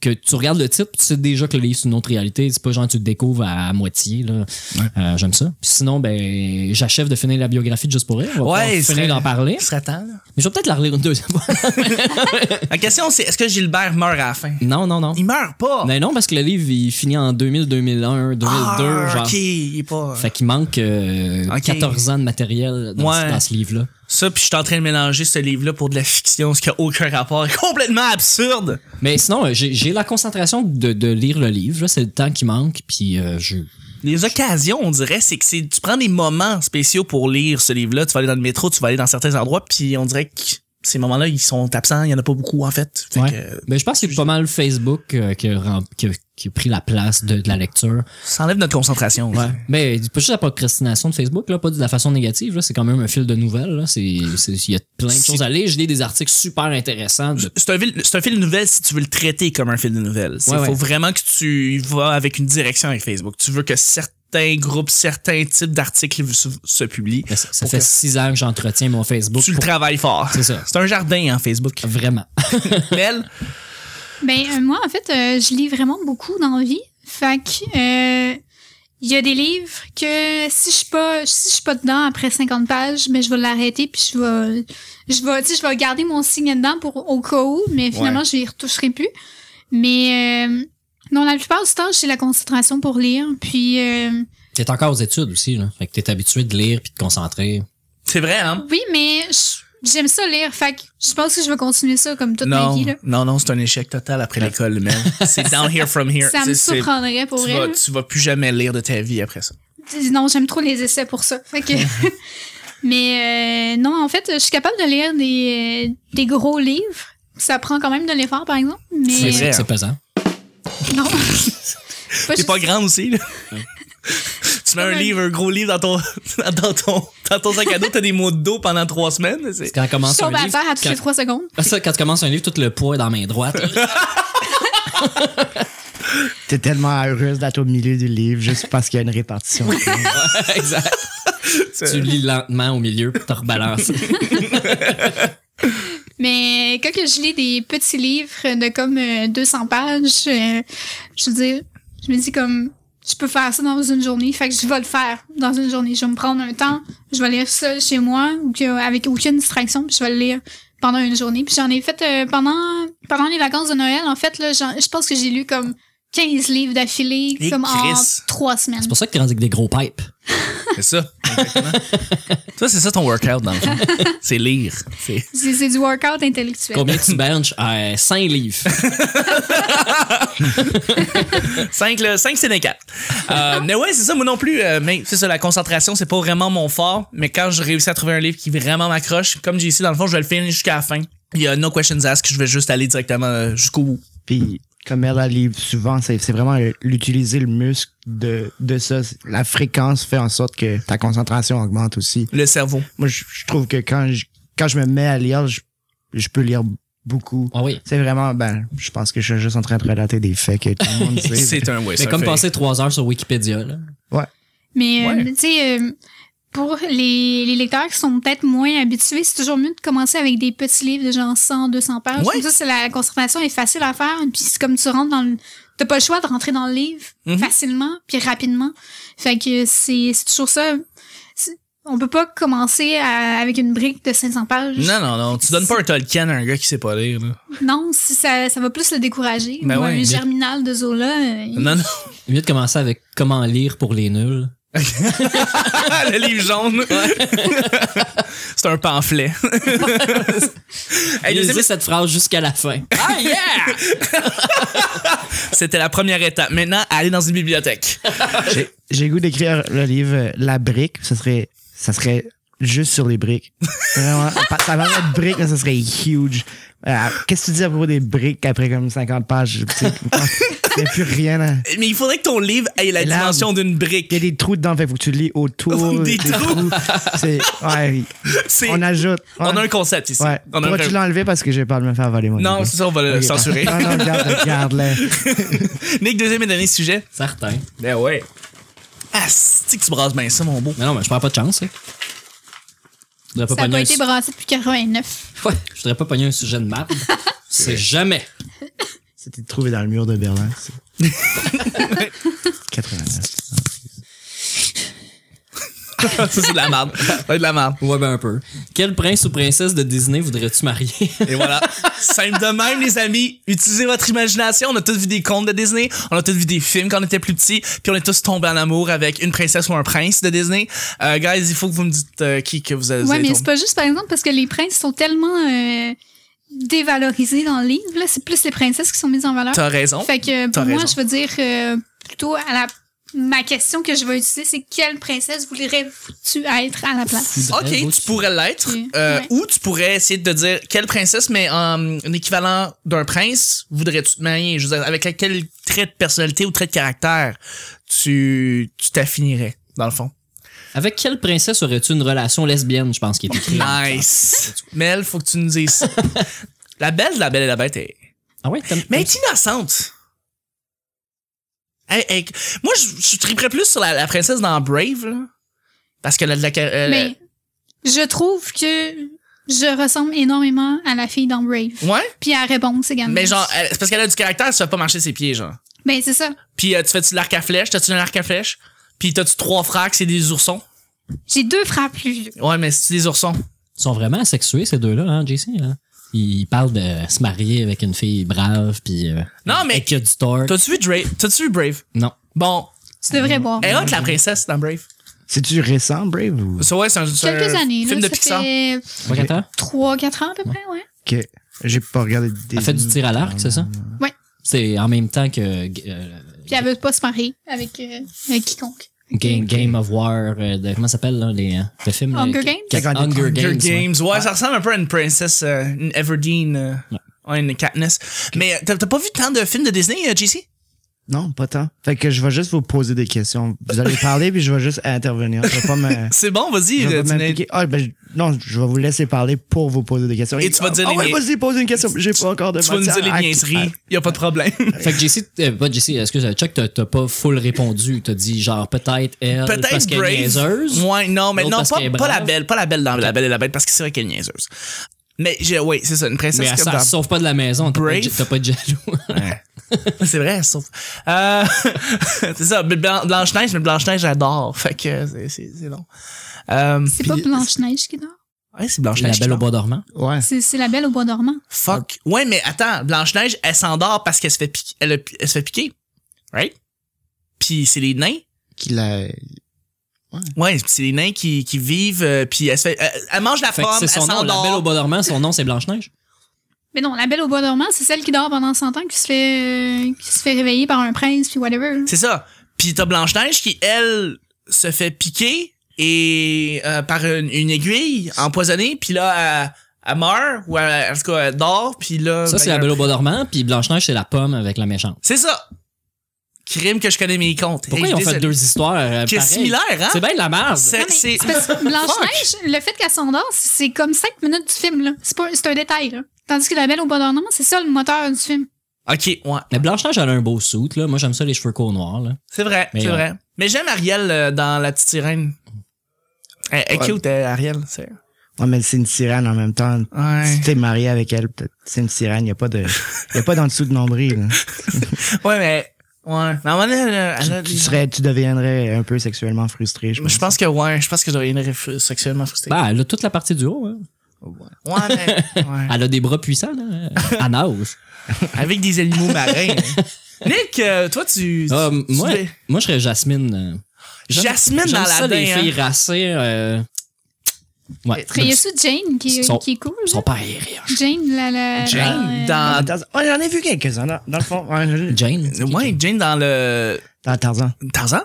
Speaker 3: que tu regardes le titre, puis tu sais déjà que le livre c'est une autre réalité. C'est pas genre tu le découvres à, à moitié. là. Euh, J'aime ça. Puis sinon, ben j'achève de finir la biographie de Juste pour rire.
Speaker 2: Ouais,
Speaker 3: On va pouvoir
Speaker 2: il serait-
Speaker 3: finir d'en parler.
Speaker 2: Il serait temps, là.
Speaker 3: Mais je vais peut-être la relire une deuxième fois.
Speaker 2: La question, c'est est-ce que Gilbert meurt à la fin?
Speaker 3: non, non, non.
Speaker 2: Il meurt pas!
Speaker 3: Mais Ben non, parce que le livre il finit en 2000, 2001, 2002.
Speaker 2: ah,
Speaker 3: genre.
Speaker 2: ok, il est pas...
Speaker 3: Fait qu'il manque euh,
Speaker 2: Ok.
Speaker 3: 14 ans de matériel dans,
Speaker 2: Ouais.
Speaker 3: dans ce livre-là.
Speaker 2: Ça, puis je suis en train de mélanger ce livre-là pour de la fiction, ce qui a aucun rapport, complètement absurde.
Speaker 3: Mais sinon, euh, j'ai j'ai la concentration de, de lire le livre. là. C'est le temps qui manque. Puis euh, je.
Speaker 2: Les occasions, on dirait, c'est que c'est, tu prends des moments spéciaux pour lire ce livre-là. Tu vas aller dans le métro, tu vas aller dans certains endroits, puis on dirait que ces moments-là, ils sont absents. Il y en a pas beaucoup, en fait. Fait
Speaker 3: Ouais.
Speaker 2: que, euh,
Speaker 3: Mais ben, je pense que c'est pas mal Facebook euh, qui, a, rem- qui a- qui a pris la place de, de la lecture.
Speaker 2: ça enlève notre concentration.
Speaker 3: Ouais. Mais c'est pas juste la procrastination de Facebook, là, pas de la façon négative. là. C'est quand même un fil de nouvelles. là. C'est- c'est- Il y a plein de
Speaker 2: C'est-
Speaker 3: choses à lire. Je lis des articles super intéressants. de-
Speaker 2: C'est un, fil, c'est un fil de nouvelles si tu veux le traiter comme un fil de nouvelles. Il
Speaker 3: Ouais, ouais.
Speaker 2: faut vraiment que tu y vas avec une direction avec Facebook. Tu veux que certains groupes, certains types d'articles se, se publient.
Speaker 3: ben, Ça, ça
Speaker 2: Pour
Speaker 3: fait
Speaker 2: que-
Speaker 3: six ans que j'entretiens mon Facebook.
Speaker 2: Tu le
Speaker 3: pour-
Speaker 2: travailles fort.
Speaker 3: C'est ça.
Speaker 2: C'est un jardin, en Facebook.
Speaker 3: Vraiment.
Speaker 2: Mel,
Speaker 4: Ben, euh, moi, en fait, euh, je lis vraiment beaucoup dans la vie. Fait que, euh, il y a des livres que si je suis pas, si je suis pas dedans après 50 pages, mais je vais l'arrêter puis je vais, je vais, tu sais, je vais garder mon signe dedans pour, au cas où, mais finalement, je n'y retoucherai plus. Mais, euh, non, la plupart du temps, j'ai la concentration pour lire puis, euh,
Speaker 3: T'es encore aux études aussi. Là. Fait que t'es habitué de lire puis de te concentrer.
Speaker 2: c'est vrai, hein?
Speaker 4: oui, mais je- j'aime ça lire. Fait que je pense que je vais continuer ça comme toute ma
Speaker 2: non,
Speaker 4: vie, là.
Speaker 2: non, non, c'est un échec total après l'école, Mel. C'est down here from here.
Speaker 4: Ça me
Speaker 2: C'est- c'est-
Speaker 4: surprendrait pour
Speaker 2: tu
Speaker 4: elle.
Speaker 2: vas, tu vas plus jamais lire de ta vie après ça.
Speaker 4: Non, j'aime trop les essais pour ça. Fait que... Mais euh, non, en fait, je suis capable de lire des, euh, des gros livres. Ça prend quand même de l'effort, par exemple. Mais
Speaker 2: C'est vrai. hein.
Speaker 3: C'est pesant.
Speaker 4: non. Pas
Speaker 2: T'es
Speaker 4: juste-
Speaker 2: pas grande aussi, là. tu mets un
Speaker 4: Comme un-
Speaker 2: livre, un gros livre dans ton, dans ton, dans ton sac à dos, t'as des mots de dos pendant trois semaines. c'est-
Speaker 3: Quand on
Speaker 4: Je
Speaker 3: commence un
Speaker 4: tombe à
Speaker 3: livre,
Speaker 4: terre à toutes
Speaker 3: quand-
Speaker 4: les trois secondes.
Speaker 3: Ah, ça, quand tu commences un livre, tout le poids est dans la main droite.
Speaker 1: T'es tellement heureuse d'être au milieu du livre juste parce qu'il y a une répartition.
Speaker 3: exact. tu lis lentement au milieu pour te rebalancer.
Speaker 4: Mais quand que je lis des petits livres de comme euh, 200 pages, euh, je veux dire, je me dis comme, je peux faire ça dans une journée. Fait que je vais le faire dans une journée. Je vais me prendre un temps, je vais lire ça chez moi ou que- avec aucune distraction, puis je vais le lire pendant une journée. Puis j'en ai fait euh, pendant pendant les vacances de Noël, en fait, là, j'en- je pense que j'ai lu comme 15 livres d'affilée,
Speaker 2: Et
Speaker 4: comme en
Speaker 2: Chris.
Speaker 4: trois semaines.
Speaker 3: C'est pour ça que t'es rendu avec des gros pipes.
Speaker 2: C'est ça. exactement. Toi, c'est ça ton workout, dans le fond. C'est lire. C'est-
Speaker 4: C'est c'est du workout intellectuel.
Speaker 3: Combien tu benches? Euh, 5 livres.
Speaker 2: Cinq, là, cinq, c'est des quatre. Euh, mais ouais, c'est ça, moi non plus. euh, mais c'est ça, la concentration, c'est pas vraiment mon fort. Mais quand je réussis à trouver un livre qui vraiment m'accroche, comme j'ai ici, dans le fond, je vais le finir jusqu'à la fin. Il y a No Questions Asked, je vais juste aller directement euh, jusqu'au bout.
Speaker 1: Puis, comme elle arrive souvent, c'est c'est vraiment l'utiliser le muscle de, de ça. La fréquence fait en sorte que ta concentration augmente aussi.
Speaker 2: Le cerveau.
Speaker 1: Moi, je, je trouve que quand je, quand je me mets à lire, je, je peux lire beaucoup.
Speaker 3: Ah oui.
Speaker 1: C'est vraiment, ben, je pense que je suis juste en train de relater des faits que tout le monde sait.
Speaker 2: C'est un ouais,
Speaker 3: C'est
Speaker 2: ça
Speaker 3: comme
Speaker 2: fait-
Speaker 3: passer 3 heures sur Wikipédia. Là.
Speaker 4: Mais euh,
Speaker 2: Ouais.
Speaker 4: tu sais, euh, pour les, les lecteurs qui sont peut-être moins habitués, c'est toujours mieux de commencer avec des petits livres de genre 100, 200 pages.
Speaker 2: Ouais.
Speaker 4: Comme ça, c'est la, la concentration est facile à faire. Puis c'est comme tu rentres dans le... T'as pas le choix de rentrer dans le livre
Speaker 2: Mhm.
Speaker 4: facilement puis rapidement. Fait que c'est c'est toujours ça. C'est- On peut pas commencer à- avec une brique de 500 pages.
Speaker 2: Non, non, non. Tu donnes pas un Tolkien à un gars qui sait pas lire, là.
Speaker 4: Non, si ça, ça va plus le décourager.
Speaker 2: Ben
Speaker 4: Ou
Speaker 2: ouais,
Speaker 4: un
Speaker 2: mais-
Speaker 4: germinal de Zola. euh, il-
Speaker 2: Non, non.
Speaker 3: Mieux de commencer avec comment lire pour les nuls.
Speaker 2: Ah, le livre jaune. c'est un pamphlet. Hey, deuxième-
Speaker 3: Lisez cette phrase jusqu'à la fin.
Speaker 2: Ah, yeah! C'était la première étape. Maintenant, aller dans une bibliothèque.
Speaker 1: J'ai- J'ai le goût d'écrire le livre euh, La brique. Ça serait, ça serait juste sur les briques. Vraiment, pa- ça va être brique, mais ça serait huge. Ah, Qu'est-ce que tu dis à propos des briques après comme 50 pages? tu sais, Il n'y a plus rien. à-
Speaker 2: Mais il faudrait que ton livre ait la
Speaker 1: L'arbre.
Speaker 2: dimension d'une
Speaker 1: Il y a
Speaker 2: brique.
Speaker 1: des trous dedans, fait faut que tu lis autour.
Speaker 2: Des trous.
Speaker 1: C'est- ouais,
Speaker 2: C'est-
Speaker 1: on ajoute.
Speaker 2: On a
Speaker 1: ouais.
Speaker 2: un concept ici.
Speaker 1: Ouais.
Speaker 2: On a un-
Speaker 1: Pourquoi tu l'as enlevé parce que j'ai peur de me faire voler mon
Speaker 2: Non,
Speaker 1: idée.
Speaker 2: c'est ça, on va le
Speaker 1: Ok,
Speaker 2: censurer.
Speaker 1: Non, non, garde, garde le
Speaker 2: Nick, deuxième et dernier sujet.
Speaker 3: Certain.
Speaker 2: Ben ouais. Ah, c'est que tu brasses bien ça, mon beau.
Speaker 3: Mais non, mais je perds pas de chance. Hein. Je voudrais pas
Speaker 4: Ça n'a
Speaker 3: pogner
Speaker 4: pas
Speaker 3: un
Speaker 4: été
Speaker 3: su-
Speaker 4: brassé depuis 89.
Speaker 3: Ouais, je voudrais pas pogner un sujet de marde. C'est jamais.
Speaker 1: C'était trouvé dans le mur de Berlin. c'est- 89.
Speaker 2: ça, c'est de la merde. Ouais, de la merde.
Speaker 3: Ouais, ben un peu. Quel prince ou princesse de Disney voudrais-tu marier?
Speaker 2: Et voilà. Simple de même, les amis. Utilisez votre imagination. On a tous vu des contes de Disney. On a tous vu des films quand on était plus petits. Puis on est tous tombés en amour avec une princesse ou un prince de Disney. Euh, guys, il faut que vous me dites euh, qui que vous avez vous
Speaker 4: Ouais,
Speaker 2: avez
Speaker 4: mais
Speaker 2: tombé.
Speaker 4: c'est pas juste, par exemple, parce que les princes sont tellement euh, dévalorisés dans le livre. là. C'est plus les princesses qui sont mises en valeur.
Speaker 2: T'as raison.
Speaker 4: Fait que pour
Speaker 2: T'as
Speaker 4: moi,
Speaker 2: raison.
Speaker 4: je veux dire euh, plutôt à la. Ma question que je vais utiliser, c'est quelle princesse voudrais-tu être à la place?
Speaker 3: Bravo,
Speaker 2: Ok, tu
Speaker 3: tu-
Speaker 2: pourrais l'être.
Speaker 4: Oui.
Speaker 2: euh,
Speaker 4: Ouais.
Speaker 2: Ou tu pourrais essayer de dire quelle princesse, mais en un équivalent d'un prince, voudrais-tu te marier? Je veux dire, avec quel trait de personnalité ou trait de caractère tu tu t'affinierais, dans le fond.
Speaker 3: Avec quelle princesse aurais-tu une relation lesbienne, je pense, qui est écrit.
Speaker 2: Nice. Mel, faut que tu nous dises ça. la belle, la belle et la bête est...
Speaker 3: Ah ouais, t'aimes-
Speaker 2: Mais elle
Speaker 3: t'aimes-
Speaker 2: est innocente. Elle- elle- Moi, je, je triperais plus sur la, la princesse dans Brave, là. Parce qu'elle a de la... car- elle-
Speaker 4: Mais Ben, je trouve que je ressemble énormément à la fille dans Brave.
Speaker 2: Ouais?
Speaker 4: Puis à réponse également.
Speaker 2: Mais genre, elle- c'est parce qu'elle a du caractère, elle se fait pas marcher ses pieds, genre.
Speaker 4: Ben, c'est ça.
Speaker 2: Puis euh, tu fais-tu de l'arc à flèche? T'as-tu un arc à flèche? Puis t'as-tu trois fracs, c'est des oursons?
Speaker 4: J'ai deux frères plus vieux.
Speaker 2: Ouais, mais c'est des oursons.
Speaker 3: Ils sont vraiment asexués, ces deux-là, hein, JC? Hein? Ils parlent de se marier avec une fille brave, puis. euh,
Speaker 2: Non, mais-
Speaker 3: et qui a du tort.
Speaker 2: T'as-tu vu Drake? T'as-tu vu Brave?
Speaker 3: Non.
Speaker 2: Bon,
Speaker 4: Tu devrais boire.
Speaker 2: Mm. elle que la princesse dans Brave.
Speaker 1: C'est-tu récent, Brave? Ou...
Speaker 2: Ça, ouais, c'est un, c'est un
Speaker 4: Quelques années,
Speaker 2: film
Speaker 4: là.
Speaker 2: de
Speaker 4: ça
Speaker 2: Pixar.
Speaker 4: fait
Speaker 3: Trois, quatre ans?
Speaker 4: 3-4 ans à peu près, ouais.
Speaker 1: Ok. J'ai pas regardé. Des...
Speaker 3: Elle fait du tir à l'arc, c'est ça?
Speaker 4: Ouais.
Speaker 3: C'est en même temps que euh,
Speaker 4: Puis elle veut pas se marier avec, euh, avec quiconque.
Speaker 3: Game, Game of War, euh, de- comment ça s'appelle, là, les, euh, le film? là,
Speaker 4: Hunger
Speaker 3: qui-
Speaker 4: Games?
Speaker 3: qui- Hunger,
Speaker 1: Hunger
Speaker 2: Hunger
Speaker 3: Games. ouais.
Speaker 2: Games. Ouais, ça ressemble un peu à une princesse, euh, une Everdeen, euh, ouais, une Katniss. Mais euh, t'as t'as pas vu tant de films de Disney, euh, JC?
Speaker 1: Non, pas tant. Fait que je vais juste vous poser des questions. Vous allez parler, puis je vais juste intervenir. Je vais pas me.
Speaker 2: C'est bon, vas-y.
Speaker 1: Je vais
Speaker 2: euh,
Speaker 1: pas
Speaker 2: tu n'es-
Speaker 1: m'impliquer. Ah, ben, je- non, je vais vous laisser parler pour vous poser des questions.
Speaker 2: Et tu vas
Speaker 1: Ah,
Speaker 2: dire
Speaker 1: ah,
Speaker 2: les
Speaker 1: ouais,
Speaker 2: niais-
Speaker 1: vas-y, pose une question. J'ai pas encore de
Speaker 2: tu vas nous
Speaker 1: matière.
Speaker 2: dire
Speaker 1: Ah,
Speaker 2: les niaiseries, y a pas de problème.
Speaker 3: Fait que JC, euh, pas JC, excuse, euh, Chuck, t'as t'as pas full répondu. T'as dit genre peut-être elle, parce
Speaker 2: Peut-être
Speaker 3: qu'elle est niaiseuse.
Speaker 2: Brave. Ouais, non, mais
Speaker 3: L'autre
Speaker 2: non,
Speaker 3: parce qu'elle
Speaker 2: pas,
Speaker 3: est
Speaker 2: pas la
Speaker 3: brave.
Speaker 2: belle, pas la belle dans la belle et la bête, parce que c'est vrai qu'elle est niaiseuse. Mais j'ai- ouais, c'est ça, une princesse
Speaker 3: Mais elle,
Speaker 2: comme
Speaker 3: elle
Speaker 2: dans-
Speaker 3: se sauve pas de la maison. T'as pas,
Speaker 2: Brave.
Speaker 3: de- t'as pas de jaloux.
Speaker 2: C'est vrai, sauf. Euh, c'est ça, mais Blan- Blanche-Neige, mais Blanche-Neige, j'adore. Fait que c'est- c'est c'est long. Euh,
Speaker 4: C'est pas Blanche-Neige qui dort.
Speaker 2: ouais, c'est
Speaker 3: la
Speaker 2: Blanche-Neige.
Speaker 3: belle au
Speaker 2: qui parle.
Speaker 3: bois dormant.
Speaker 1: Ah, Ouais.
Speaker 4: C'est c'est la belle au bois dormant.
Speaker 2: Fuck. Ouais, mais attends, Blanche-Neige, elle s'endort parce qu'elle se fait piquer. Elle, a- elle se fait piquer. Right? Puis c'est les nains.
Speaker 1: Qu'il a.
Speaker 2: Ouais, puis c'est les nains qui, qui vivent, euh, puis elle se fait. Elle, elle mange la
Speaker 3: Fait que
Speaker 2: pomme,
Speaker 3: c'est
Speaker 2: elle
Speaker 3: son nom, la belle au
Speaker 2: s'endort.
Speaker 3: bois dormant, son nom c'est Blanche-Neige.
Speaker 4: Mais non, la belle au bois dormant, c'est celle qui dort pendant 100 ans, qui se fait, euh, qui se fait réveiller par un prince, puis whatever.
Speaker 2: C'est ça. Puis t'as Blanche-Neige qui, elle, se fait piquer et euh, par une, une aiguille empoisonnée, puis là, elle, elle meurt, ou elle, en tout cas, elle dort, puis là.
Speaker 3: Ça,
Speaker 2: ben,
Speaker 3: c'est la
Speaker 2: elle-
Speaker 3: belle au bois dormant, puis Blanche-Neige, c'est la pomme avec la méchante.
Speaker 2: C'est ça. Crime que je connais mes comptes.
Speaker 3: Pourquoi
Speaker 2: Et
Speaker 3: ils ont
Speaker 2: je
Speaker 3: fait
Speaker 2: désolé.
Speaker 3: deux histoires euh,
Speaker 2: Qui est
Speaker 3: pareilles?
Speaker 2: similaire, hein?
Speaker 3: C'est bien de la merde.
Speaker 4: Non,
Speaker 2: C'est-
Speaker 4: mais
Speaker 2: C'est.
Speaker 4: c'est parce que Blanche-Neige, le fait qu'elle s'endort, c'est comme 5 minutes du film, là. C'est pas, c'est un détail, là. Tandis que la belle au bois dormant, c'est ça le moteur du film.
Speaker 2: Ok, ouais.
Speaker 3: Mais Blanche-Neige, elle a un beau suit, là. Moi, j'aime ça, les cheveux courts noirs, là.
Speaker 2: C'est vrai,
Speaker 3: Mais euh,
Speaker 2: c'est
Speaker 3: ouais.
Speaker 2: vrai. Mais j'aime Ariel euh, dans La Petite Sirène. Elle, elle est
Speaker 1: Ouais.
Speaker 2: cute, elle, Ariel. C'est...
Speaker 1: Ouais, mais c'est une sirène en même temps.
Speaker 2: Ouais.
Speaker 1: Si t'es marié avec elle, peut-être. C'est une sirène. Y a pas de. Y a pas d'en dessous de nombril. là.
Speaker 2: ouais, mais. Ouais. Mais à un moment donné, elle a- elle a
Speaker 1: Tu,
Speaker 2: des-
Speaker 1: tu serais, tu deviendrais un peu sexuellement frustré, je pense.
Speaker 2: Je pense que ouais, je pense que j'aurais une réf- sexuellement frustrée.
Speaker 3: Bah, elle a toute la partie du haut, hein.
Speaker 2: Ouais, mais- ouais.
Speaker 3: Elle a des bras puissants, là. euh, À nage.
Speaker 2: Avec des animaux marins. hein. Nick, euh, toi, tu. tu-
Speaker 3: Euh,
Speaker 2: tu
Speaker 3: moi,
Speaker 2: fais-
Speaker 3: moi, je serais Jasmine. euh. J'aime-
Speaker 2: Jasmine
Speaker 3: j'aime
Speaker 2: dans la
Speaker 3: ça, les
Speaker 2: dent, hein.
Speaker 3: filles racées. euh, Ouais.
Speaker 4: Mais y a-tu Jane qui,
Speaker 3: Son-
Speaker 4: qui est cool, là?
Speaker 3: Son père est rire.
Speaker 4: Jane, la, la,
Speaker 2: Jane,
Speaker 4: la-
Speaker 1: Dans
Speaker 2: dans.
Speaker 1: Tarzan. Oh, j'en ai vu quelques-uns, dans, dans le fond. Ouais, je-
Speaker 3: Jane. c'est qui?
Speaker 2: Ouais, Jane dans le.
Speaker 1: Dans Tarzan.
Speaker 2: Tarzan?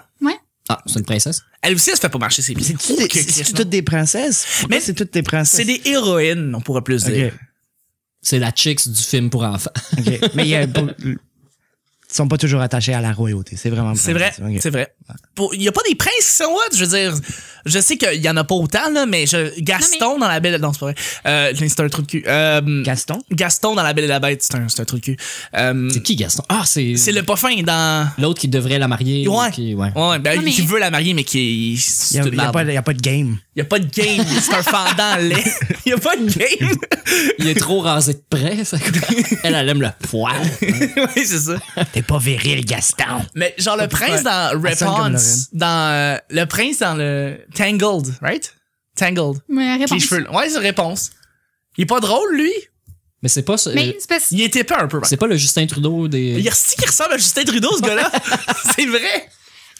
Speaker 3: Ah, c'est une princesse.
Speaker 2: Elle aussi, elle se fait pas marcher ses pieds.
Speaker 1: C'est-tu
Speaker 2: Oh,
Speaker 1: des-
Speaker 2: que-
Speaker 1: c'est-tu toutes des princesses? Pourquoi
Speaker 2: Mais-
Speaker 1: c'est toutes des princesses?
Speaker 2: C'est des héroïnes, on pourrait plus
Speaker 1: Ok.
Speaker 2: dire.
Speaker 3: C'est la chicks du film pour enfants.
Speaker 1: Ok. Mais il y a- pour- ils sont pas toujours attachés à la royauté. C'est vraiment
Speaker 2: C'est vrai,
Speaker 1: Ok.
Speaker 2: c'est vrai. Il n'y a pas des princes qui sont hot, je veux dire. Je sais qu'il y en a pas autant, là, mais je, Gaston dans la belle. Non, c'est pas vrai. Euh, c'est un truc de cul. Euh,
Speaker 1: Gaston?
Speaker 2: Gaston dans la belle et la bête, c'est un, c'est un truc de cul. Euh,
Speaker 3: C'est qui, Gaston? Ah, c'est.
Speaker 2: c'est le pas fin dans.
Speaker 3: L'autre qui devrait la marier.
Speaker 2: Ouais.
Speaker 3: qui- ouais.
Speaker 2: Ouais, ouais, ben,
Speaker 4: Non, mais-
Speaker 2: qui veut la marier, mais qui est.
Speaker 1: Il y
Speaker 2: c'est
Speaker 1: a,
Speaker 2: une
Speaker 1: il y a
Speaker 2: merde.
Speaker 1: pas, il y a pas de game.
Speaker 2: Il y a pas de game, c'est un fendant laid. Il y a pas de game.
Speaker 3: Il est trop rasé de près, ça. Elle, elle aime le poil.
Speaker 2: oui, c'est ça.
Speaker 1: T'es pas viril, Gaston.
Speaker 2: Mais genre le prince
Speaker 1: Ouais.
Speaker 2: dans
Speaker 1: Elle sonne comme
Speaker 2: Response, dans euh, le prince dans le Tangled, right? Tangled.
Speaker 4: Mais la
Speaker 2: Avec Les
Speaker 4: réponse.
Speaker 2: cheveux. Ouais, c'est réponse. Il est pas drôle lui.
Speaker 3: Mais c'est pas, ce-
Speaker 4: Mais c'est parce
Speaker 2: Il était pas un peu.
Speaker 3: c'est pas le Justin Trudeau des.
Speaker 2: Il si qui ressemble à Justin Trudeau ce gars-là. c'est vrai.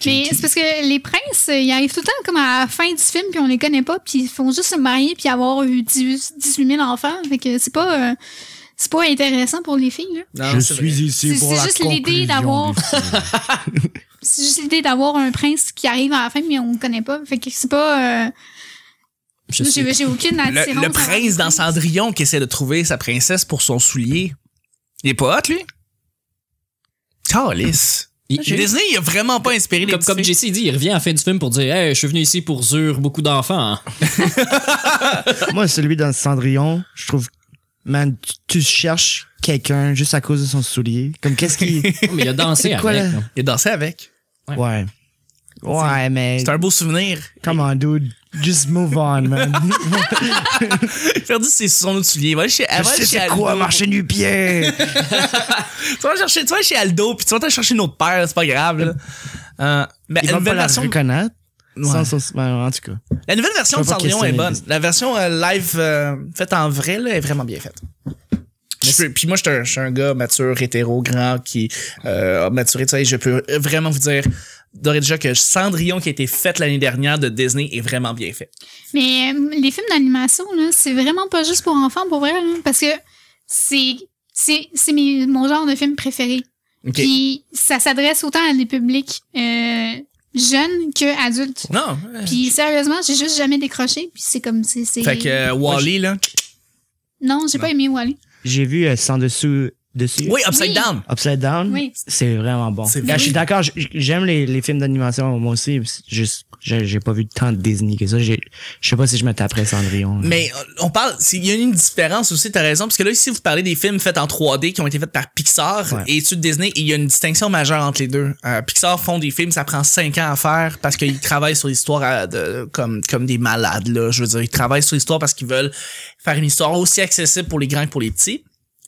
Speaker 4: Mais c'est parce que les princes, euh, ils arrivent tout le temps comme à la fin du film, puis on les connaît pas, puis ils font juste se marier, puis avoir eu 10 18 000 enfants. Fait que c'est pas, euh, c'est pas intéressant pour les filles. là.
Speaker 1: Je suis ici
Speaker 4: C'est-
Speaker 1: pour
Speaker 4: c'est
Speaker 1: la
Speaker 4: juste l'idée d'avoir-
Speaker 1: conclusion du film.
Speaker 4: C'est juste l'idée d'avoir un prince qui arrive à la fin, mais on le connaît pas. Fait que c'est pas. euh,
Speaker 3: Je sais
Speaker 4: J'ai j'ai aucune attirance.
Speaker 2: Le, le
Speaker 4: à-
Speaker 2: prince dans Cendrillon qui essaie de trouver sa princesse pour son soulier. Il est pas hot lui. Calice.
Speaker 3: Il-
Speaker 2: Disney, il a vraiment pas inspiré les
Speaker 3: Comme,
Speaker 2: petites
Speaker 3: comme
Speaker 2: filles.
Speaker 3: JC dit, il revient à la fin du film pour dire Hey, je suis venu ici pour zur beaucoup d'enfants.
Speaker 1: Moi, celui dans Cendrillon, je trouve, man, tu, tu cherches quelqu'un juste à cause de son soulier. Comme qu'est-ce qui.
Speaker 3: Mais il a dansé
Speaker 1: C'est quoi,
Speaker 3: avec.
Speaker 1: là?
Speaker 3: là.
Speaker 2: Il a dansé avec.
Speaker 1: Ouais. Ouais, mais.
Speaker 2: C'est un beau souvenir.
Speaker 1: Come on, dude. Just move on, man.
Speaker 2: Il a perdu ses- son autre soulier. Va aller chez,
Speaker 1: Je
Speaker 2: va aller
Speaker 1: sais
Speaker 2: chez
Speaker 1: c'est
Speaker 2: Aldo.
Speaker 1: quoi marcher du pied.
Speaker 2: Tu vas chercher, tu vas chez Aldo, puis tu vas t'en chercher une autre paire, c'est pas grave. Là. Euh, mais
Speaker 1: Ils
Speaker 2: la
Speaker 1: vont pas
Speaker 2: nouvelle,
Speaker 1: la
Speaker 2: version,
Speaker 1: reconnaître.
Speaker 2: Ouais.
Speaker 1: Sans son- ben, en tout cas.
Speaker 2: la nouvelle version
Speaker 1: Je
Speaker 2: de
Speaker 1: peux pas
Speaker 2: Cendrillon est bonne.
Speaker 1: questionner.
Speaker 2: La version euh, live euh, faite en vrai là, est vraiment bien faite. Je peux- Puis moi, je suis un- je suis un, gars mature, hétéro, grand, qui euh, a maturé, tout ça, et je peux euh, vraiment vous dire d'ores et déjà que Cendrillon qui a été faite l'année dernière de Disney est vraiment bien fait.
Speaker 4: Mais euh, les films d'animation, là, c'est vraiment pas juste pour enfants, pour vrai, là, parce que c'est c'est c'est mes- mon genre de film préféré.
Speaker 2: Ok.
Speaker 4: Puis ça s'adresse autant à des publics euh, jeunes que adultes.
Speaker 2: Non. ouais.
Speaker 4: Euh, Puis sérieusement, j'ai juste jamais décroché. Puis c'est comme c'est c'est-
Speaker 2: Fait que euh, Wally, là.
Speaker 4: non, j'ai pas aimé Wally.
Speaker 1: J'ai vu euh, sans dessous, dessus.
Speaker 2: Oui, Upside
Speaker 4: Oui.
Speaker 2: Down.
Speaker 1: Upside
Speaker 2: Hmm.
Speaker 1: Down.
Speaker 4: Oui.
Speaker 1: C'est vraiment bon.
Speaker 2: C'est
Speaker 1: Là,
Speaker 2: vrai.
Speaker 1: Je suis d'accord. j- J'aime les, les films d'animation, moi aussi. mais c'est Juste, j'ai j'ai pas vu tant de Disney que ça. J'ai- Je sais pas si je me taperais Cendrillon. là.
Speaker 2: Mais euh, on parle, c'est- il y a une différence aussi, t'as raison, parce que là, ici, vous parlez des films faits en 3D qui ont été faits par Pixar
Speaker 1: Ouais.
Speaker 2: et ceux de Disney, et il y a une distinction majeure entre les deux. Euh, Pixar font des films, ça prend 5 ans à faire parce qu'ils travaillent sur l'histoire à- de- comme, comme des malades, là. Je veux dire, ils travaillent sur l'histoire parce qu'ils veulent faire une histoire aussi accessible pour les grands que pour les petits.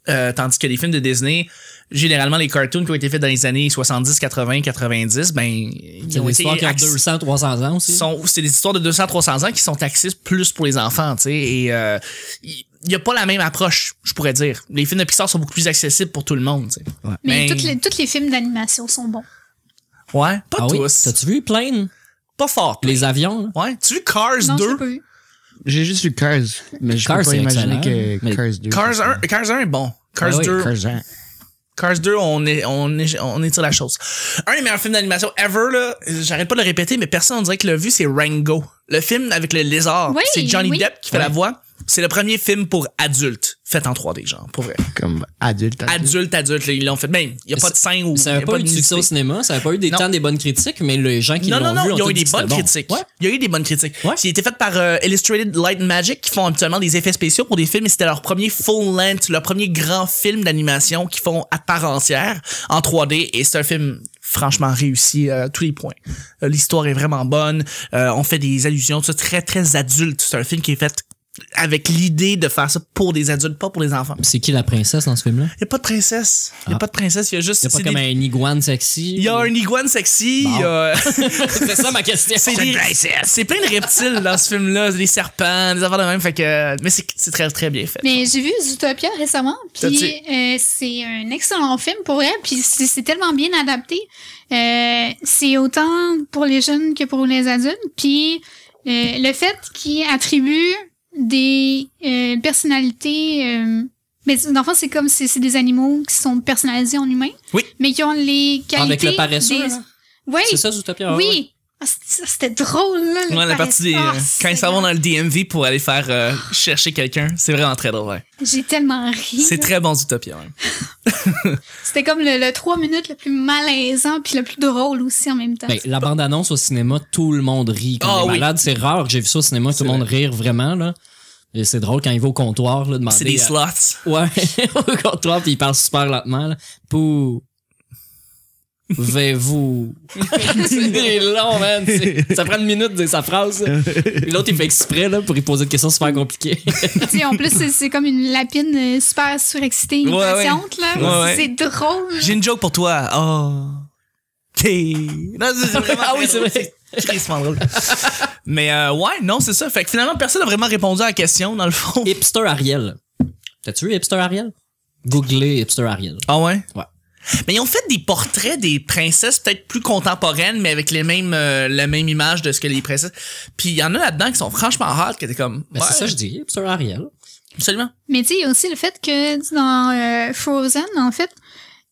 Speaker 2: Euh, tandis que les films de Disney, généralement les cartoons qui ont été faits dans les années 70, 80, 90, ben, ils
Speaker 3: C'est
Speaker 2: ont
Speaker 3: une
Speaker 2: été
Speaker 3: histoire qui a
Speaker 2: acc-
Speaker 3: 200, 300 ans aussi.
Speaker 2: sont- c'est des histoires de 200 300 ans qui sont axées plus pour les enfants tu sais et euh, il n'y a pas la même approche je pourrais dire les films de Pixar sont beaucoup plus accessibles pour tout le monde tu sais.
Speaker 4: Mais
Speaker 2: Ben-
Speaker 4: toutes les tous les films d'animation sont bons.
Speaker 2: ouais pas
Speaker 3: Ah oui?
Speaker 2: tous
Speaker 3: T'as-tu vu Plane?
Speaker 2: pas fort
Speaker 3: Les avions, là?
Speaker 2: ouais tu as vu Cars
Speaker 4: Non, je l'ai
Speaker 2: 2
Speaker 4: pas vu.
Speaker 1: J'ai juste vu Cars. Mais je
Speaker 3: Cars,
Speaker 1: peux pas
Speaker 3: c'est
Speaker 1: imaginer
Speaker 3: excellent.
Speaker 1: que
Speaker 3: Mais
Speaker 1: Cars 2.
Speaker 2: Cars 1 Cars 1 est bon Cars
Speaker 3: Ah oui,
Speaker 2: 2
Speaker 1: Cars 1.
Speaker 2: Cars 2 on est on est on est sur la chose un des meilleurs films d'animation ever là j'arrête pas de le répéter mais personne on dirait que l'a vu c'est Rango le film avec le lézard
Speaker 4: Oui,
Speaker 2: c'est Johnny
Speaker 4: oui.
Speaker 2: Depp qui fait la
Speaker 3: Ouais.
Speaker 2: voix c'est le premier film pour adultes fait en 3D genre pour vrai
Speaker 1: Comme adulte.
Speaker 2: adulte, adulte, là, ils l'ont fait. Ben, il n'y a
Speaker 3: Mais
Speaker 2: pas de scène où.
Speaker 3: Ça n'avait
Speaker 2: y a
Speaker 3: pas eu
Speaker 2: de
Speaker 3: de succès au
Speaker 2: nudité.
Speaker 3: cinéma, ça n'avait pas eu des
Speaker 2: Non.
Speaker 3: temps des bonnes critiques, mais les gens qui
Speaker 2: Non, non,
Speaker 3: l'ont
Speaker 2: non,
Speaker 3: vu ont
Speaker 2: ils ont
Speaker 3: tout
Speaker 2: eu
Speaker 3: dit
Speaker 2: des
Speaker 3: que c'était
Speaker 2: bonnes
Speaker 3: bon.
Speaker 2: critiques.
Speaker 3: Ouais.
Speaker 2: Il y a eu des bonnes critiques.
Speaker 3: Ouais.
Speaker 2: Puis Il a été fait par euh, Illustrated Light Magic qui font habituellement des effets spéciaux pour des films et c'était leur premier full length, leur premier grand film d'animation qu'ils font à part entière en 3D et c'est un film franchement réussi euh, à tous les points. Euh, L'histoire est vraiment bonne, Euh, on fait des allusions, tout ça, très très adulte. C'est un film qui est fait avec l'idée de faire ça pour des adultes, pas pour les enfants.
Speaker 3: C'est qui la princesse dans ce film-là?
Speaker 2: Il y a pas de princesse, il y a
Speaker 3: Ah.
Speaker 2: pas de princesse, il y a juste
Speaker 3: C'est pas
Speaker 2: c'est
Speaker 3: comme
Speaker 2: des-
Speaker 3: un iguane sexy?
Speaker 2: Il y a un iguane sexy,
Speaker 3: Bon.
Speaker 2: il y a...
Speaker 3: C'est ça ma question.
Speaker 2: c'est des- c'est plein de reptiles dans ce film-là, des serpents, des affaires de même, fait que... Mais c'est c'est très, très bien fait.
Speaker 4: Mais j'ai vu Zootopia récemment,
Speaker 2: T'as-tu-
Speaker 4: puis euh, c'est un excellent film pour vrai, puis c'est c'est tellement bien adapté. Euh, c'est autant pour les jeunes que pour les adultes, puis euh, le fait qu'ils attribuent des euh, personnalités... euh, mais dans le fond, c'est comme si c'est des animaux qui sont personnalisés en humains,
Speaker 2: Oui. Ah,
Speaker 4: mais qui ont les qualités...
Speaker 3: Avec le paresseux,
Speaker 4: des-
Speaker 3: là?
Speaker 4: Oui,
Speaker 3: C'est ça, Zootopia? ouais, ouais.
Speaker 4: oui, Ah, c'était c'était drôle, là. les
Speaker 2: Ouais, la partie des,
Speaker 4: paresseux.
Speaker 2: euh,
Speaker 4: Ah,
Speaker 2: quand ils s'en vont
Speaker 4: Seigneur.
Speaker 2: dans le DMV pour aller faire euh, chercher quelqu'un, c'est vraiment très drôle. ouais.
Speaker 4: J'ai tellement ri.
Speaker 2: C'est
Speaker 4: là.
Speaker 2: très bon Zootopia. ouais.
Speaker 4: C'était comme le, le 3 minutes le plus malaisant puis le plus drôle aussi en même temps.
Speaker 3: Ben, la bande-annonce au cinéma, tout le monde rit. Quand
Speaker 2: Ah
Speaker 3: est
Speaker 2: oui.
Speaker 3: malade, c'est rare que j'ai vu ça au cinéma, tout
Speaker 2: C'est
Speaker 3: le monde rire vraiment. Là. Et c'est drôle quand il va au comptoir, là, demander.
Speaker 2: C'est des
Speaker 3: à-
Speaker 2: slots.
Speaker 3: Ouais, au comptoir, puis il parle super lentement. Là. Pou. Vais-vous. c'est long, man. C'est- Ça prend une minute de dire sa phrase. là. Puis L'autre, il fait exprès là, pour lui poser une question super compliquée.
Speaker 4: Tu sais, en plus, c'est- c'est comme une lapine euh, super surexcitée,
Speaker 2: Ouais, ouais.
Speaker 4: impatiente, là.
Speaker 2: Ouais, ouais.
Speaker 4: C'est drôle.
Speaker 2: J'ai une joke pour toi. Oh. T'es- Non, c'est c'est vraiment
Speaker 3: Ah oui,
Speaker 2: très
Speaker 3: c'est
Speaker 2: drôle.
Speaker 3: vrai.
Speaker 2: C'est crissement drôle. Mais euh, ouais, non, c'est ça. Fait que finalement, personne n'a vraiment répondu à la question, dans le fond.
Speaker 3: Hipster Ariel. T'as-tu vu Hipster Ariel? Googlez Hipster Ariel.
Speaker 2: Ah ouais?
Speaker 3: Ouais.
Speaker 2: Mais ils ont fait des portraits des princesses peut-être plus contemporaines, mais avec les mêmes, euh, la même image de ce que les princesses. Puis il y en a là-dedans qui sont franchement hard, qui étaient comme.
Speaker 3: Ben,
Speaker 2: ouais,
Speaker 3: C'est ça que je dis, Hipster Ariel.
Speaker 2: Absolument.
Speaker 4: Mais tu sais, il y a aussi le fait que tu sais, dans euh, Frozen, en fait,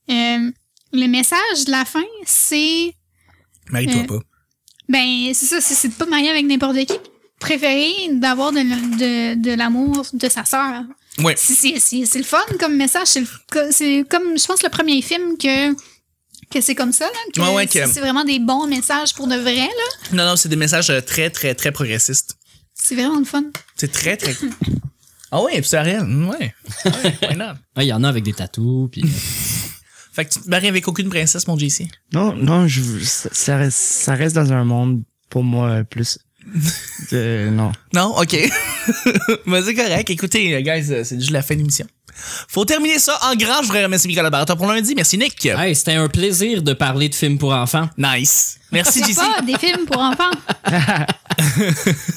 Speaker 4: euh, le message de la fin, c'est.
Speaker 2: Marie-toi
Speaker 4: Euh,
Speaker 2: pas.
Speaker 4: Ben, c'est ça, c'est- c'est de pas marier avec n'importe qui. Préférer d'avoir de, de, de l'amour de sa sœur.
Speaker 2: Ouais.
Speaker 4: C'est- C'est c'est- c'est le fun comme message. C'est le- C'est comme, je pense, le premier film que, que c'est comme ça. là, que
Speaker 2: Ouais, ouais, que-
Speaker 4: c'est- C'est vraiment des bons messages pour de vrai. là.
Speaker 2: Non, non, c'est des messages euh, très, très, très progressistes.
Speaker 4: C'est vraiment le fun.
Speaker 2: C'est très, très. Ah ouais, puis c'est Ariel. Mm, Ouais. ouais why not?
Speaker 3: Ouais, Il y en a avec des tatous. Puis... euh,
Speaker 2: Fait que tu te maries avec aucune princesse, mon JC.
Speaker 1: Non, non, je, ça- ça, reste, ça reste dans un monde, pour moi, plus. de- non.
Speaker 2: Non, ok. Mais c'est correct. Écoutez, guys, euh, c'est juste la fin de l'émission. Faut terminer ça en grand. Je voudrais remercier mes collaborateurs pour lundi. Merci, Nick.
Speaker 3: Hey, c'était un plaisir de parler de films pour enfants.
Speaker 2: Nice. Merci,
Speaker 4: C'est
Speaker 2: JC.
Speaker 4: pas des films pour enfants.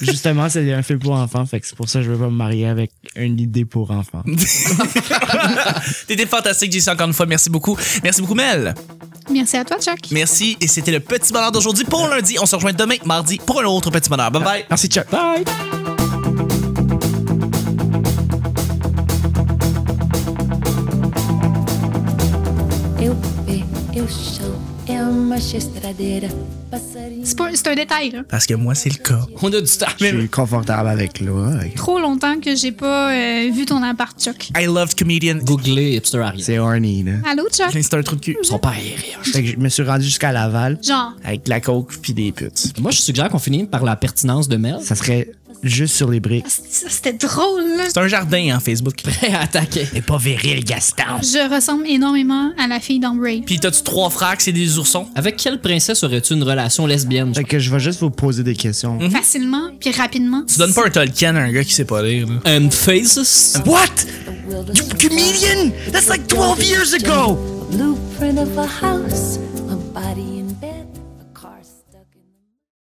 Speaker 1: Justement, c'est un film pour enfants, fait que c'est pour ça que je veux pas me marier avec une idée pour enfants.
Speaker 2: T'étais fantastique, JC, encore une fois. Merci beaucoup. Merci beaucoup, Mel.
Speaker 4: Merci à toi, Chuck.
Speaker 2: Merci. Et c'était le petit bonheur d'aujourd'hui pour lundi. On se rejoint demain, mardi, pour un autre petit bonheur. Bye bye.
Speaker 1: Merci, Chuck.
Speaker 3: Bye!
Speaker 5: Eu pé, eu chão, é uma estradeira, passarinho.
Speaker 4: C'est pas- c'est un détail. Là.
Speaker 2: Parce que moi, c'est le cas.
Speaker 3: On a du temps.
Speaker 1: Je suis confortable avec l'eau.
Speaker 4: Trop longtemps que j'ai pas euh, vu ton appart, Chuck.
Speaker 2: I loved comedian.
Speaker 3: Googlez Hipster Ariel.
Speaker 1: C'est horny, là.
Speaker 4: Allô, Chuck?
Speaker 2: C'est un trou de cul.
Speaker 3: Son père est riche.
Speaker 1: Fait que je me suis rendu jusqu'à Laval
Speaker 4: Genre,
Speaker 1: avec de la coke puis des putes.
Speaker 3: Moi, je suggère qu'on finisse par la pertinence de Mel.
Speaker 1: Ça serait juste sur les briques.
Speaker 4: c- c'était drôle. là.
Speaker 2: C'est un jardin en Facebook.
Speaker 3: Prêt à attaquer.
Speaker 1: Et pas viril, Gaston.
Speaker 4: Je ressemble énormément à la fille dans Brave.
Speaker 2: Puis t'as-tu trois frères que c'est des oursons?
Speaker 3: Avec quelle princesse aurais-tu une relation lesbienne?
Speaker 1: Fait que je vais juste vous poser des questions.
Speaker 4: Facilement, puis rapidement.
Speaker 2: Mhm. Tu donnes pas un Tolkien à un gars qui sait pas lire, là.
Speaker 3: And faces?
Speaker 1: What? You comedian? That's like 12 years ago!
Speaker 5: Blueprint of a house, a body in bed, a car.